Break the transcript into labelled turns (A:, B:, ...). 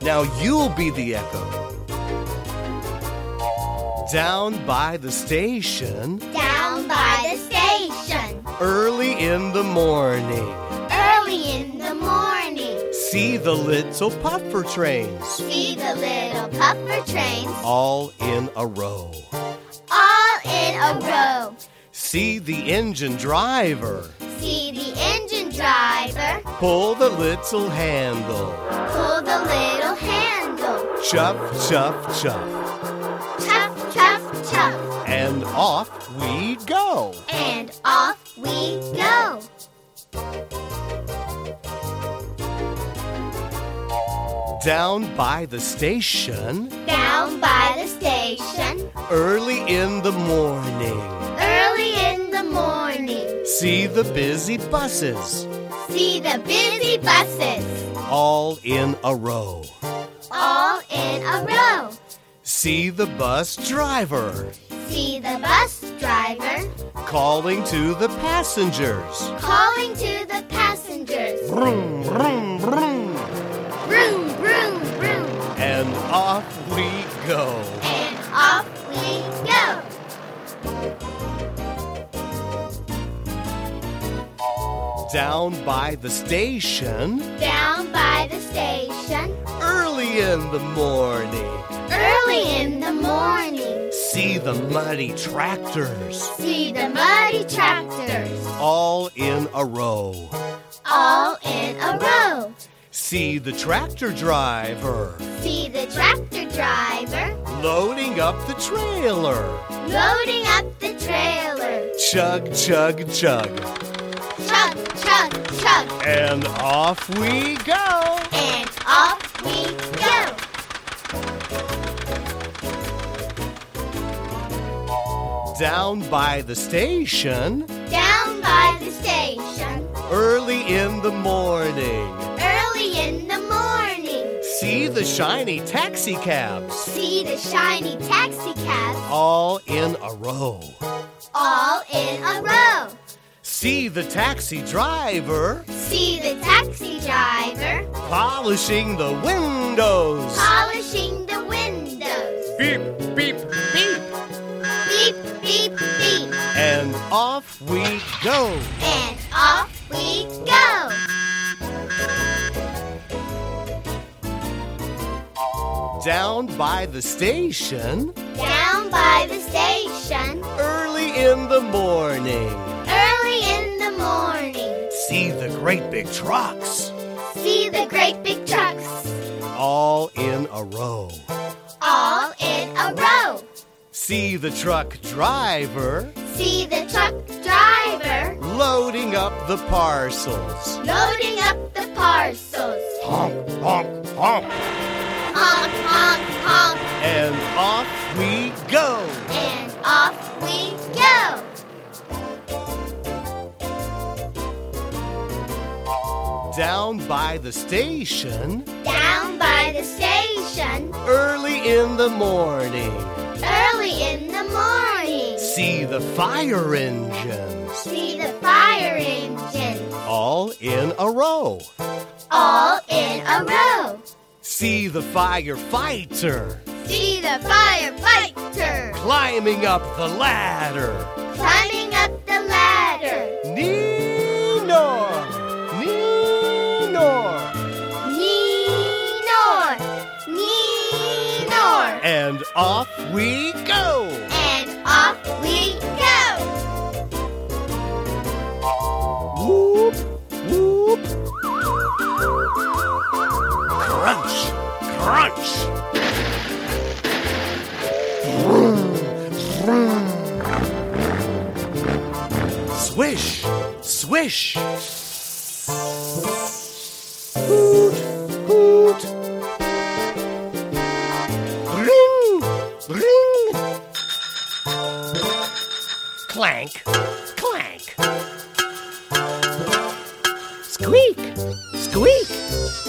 A: Now you'll be the echo. Down by the station,
B: Down by the station,
A: early in the morning,
B: early in the morning.
A: see the little puffer trains
B: See the little puffer trains
A: all in a row.
B: all in a row.
A: See the engine driver
B: See the engine driver
A: pull the little handle.
B: pull the little handle.
A: Chuff, chuff, chuff,
B: Chuff, chuff, chuff.
A: and off we go.
B: And off we go.
A: Down by the station,
B: Down by the station,
A: early in the morning.
B: early in the morning.
A: See the busy buses
B: See the busy buses
A: all in a row.
B: all in a row.
A: See the bus driver
B: See the bus driver
A: calling to the passengers.
B: calling to the passengers.
A: Vroom, vroom, vroom,
B: Vroom, vroom, vroom.
A: and off we go.
B: And off we go.
A: Down by the station,
B: Down by the station,
A: early in the morning.
B: early in the morning.
A: See the muddy tractors
B: See the muddy tractors
A: all in a row.
B: all in a row.
A: See the tractor driver
B: See the tractor driver
A: loading up the trailer.
B: loading up the trailer.
A: Chug, chug, chug.
B: Chug, chug, chug.
A: And off we go.
B: And off we go.
A: Down by the station
B: Down by the station,
A: early in the morning.
B: early in the morning.
A: See the shiny taxi cabs
B: See the shiny taxi cabs
A: all in a row.
B: all in a row.
A: See the taxi driver
B: See the taxi driver
A: polishing the windows.
B: polishing the windows.
A: Beep, beep, beep.
B: Beep, beep, beep.
A: And off we go.
B: And off we go.
A: Down by the station,
B: Down by the station,
A: early in the morning.
B: early in the morning.
A: See the great big trucks
B: See the great big trucks
A: all in a row.
B: all in a row.
A: See the truck driver
B: See the truck driver
A: loading up the parcels.
B: loading up the parcels.
A: Honk, honk, honk.
B: Honk, honk, honk,
A: And off we go.
B: and off we go.
A: Down by the station,
B: Down by the station,
A: early in the morning.
B: early in the morning.
A: See the fire engines
B: See the fire engines
A: all in a row.
B: all in a row.
A: See the firefighter
B: See the firefighter
A: climbing up the ladder.
B: climbing up the ladder.
A: Ninor! Ninor!
B: Ninor, Ninor,
A: And off we go!
B: and off we go.
A: Whoop, whoop. Crunch, crunch. Swish, swish. Hoot, hoot. Ring, ring. Clank, clank. Squeak! Squeak!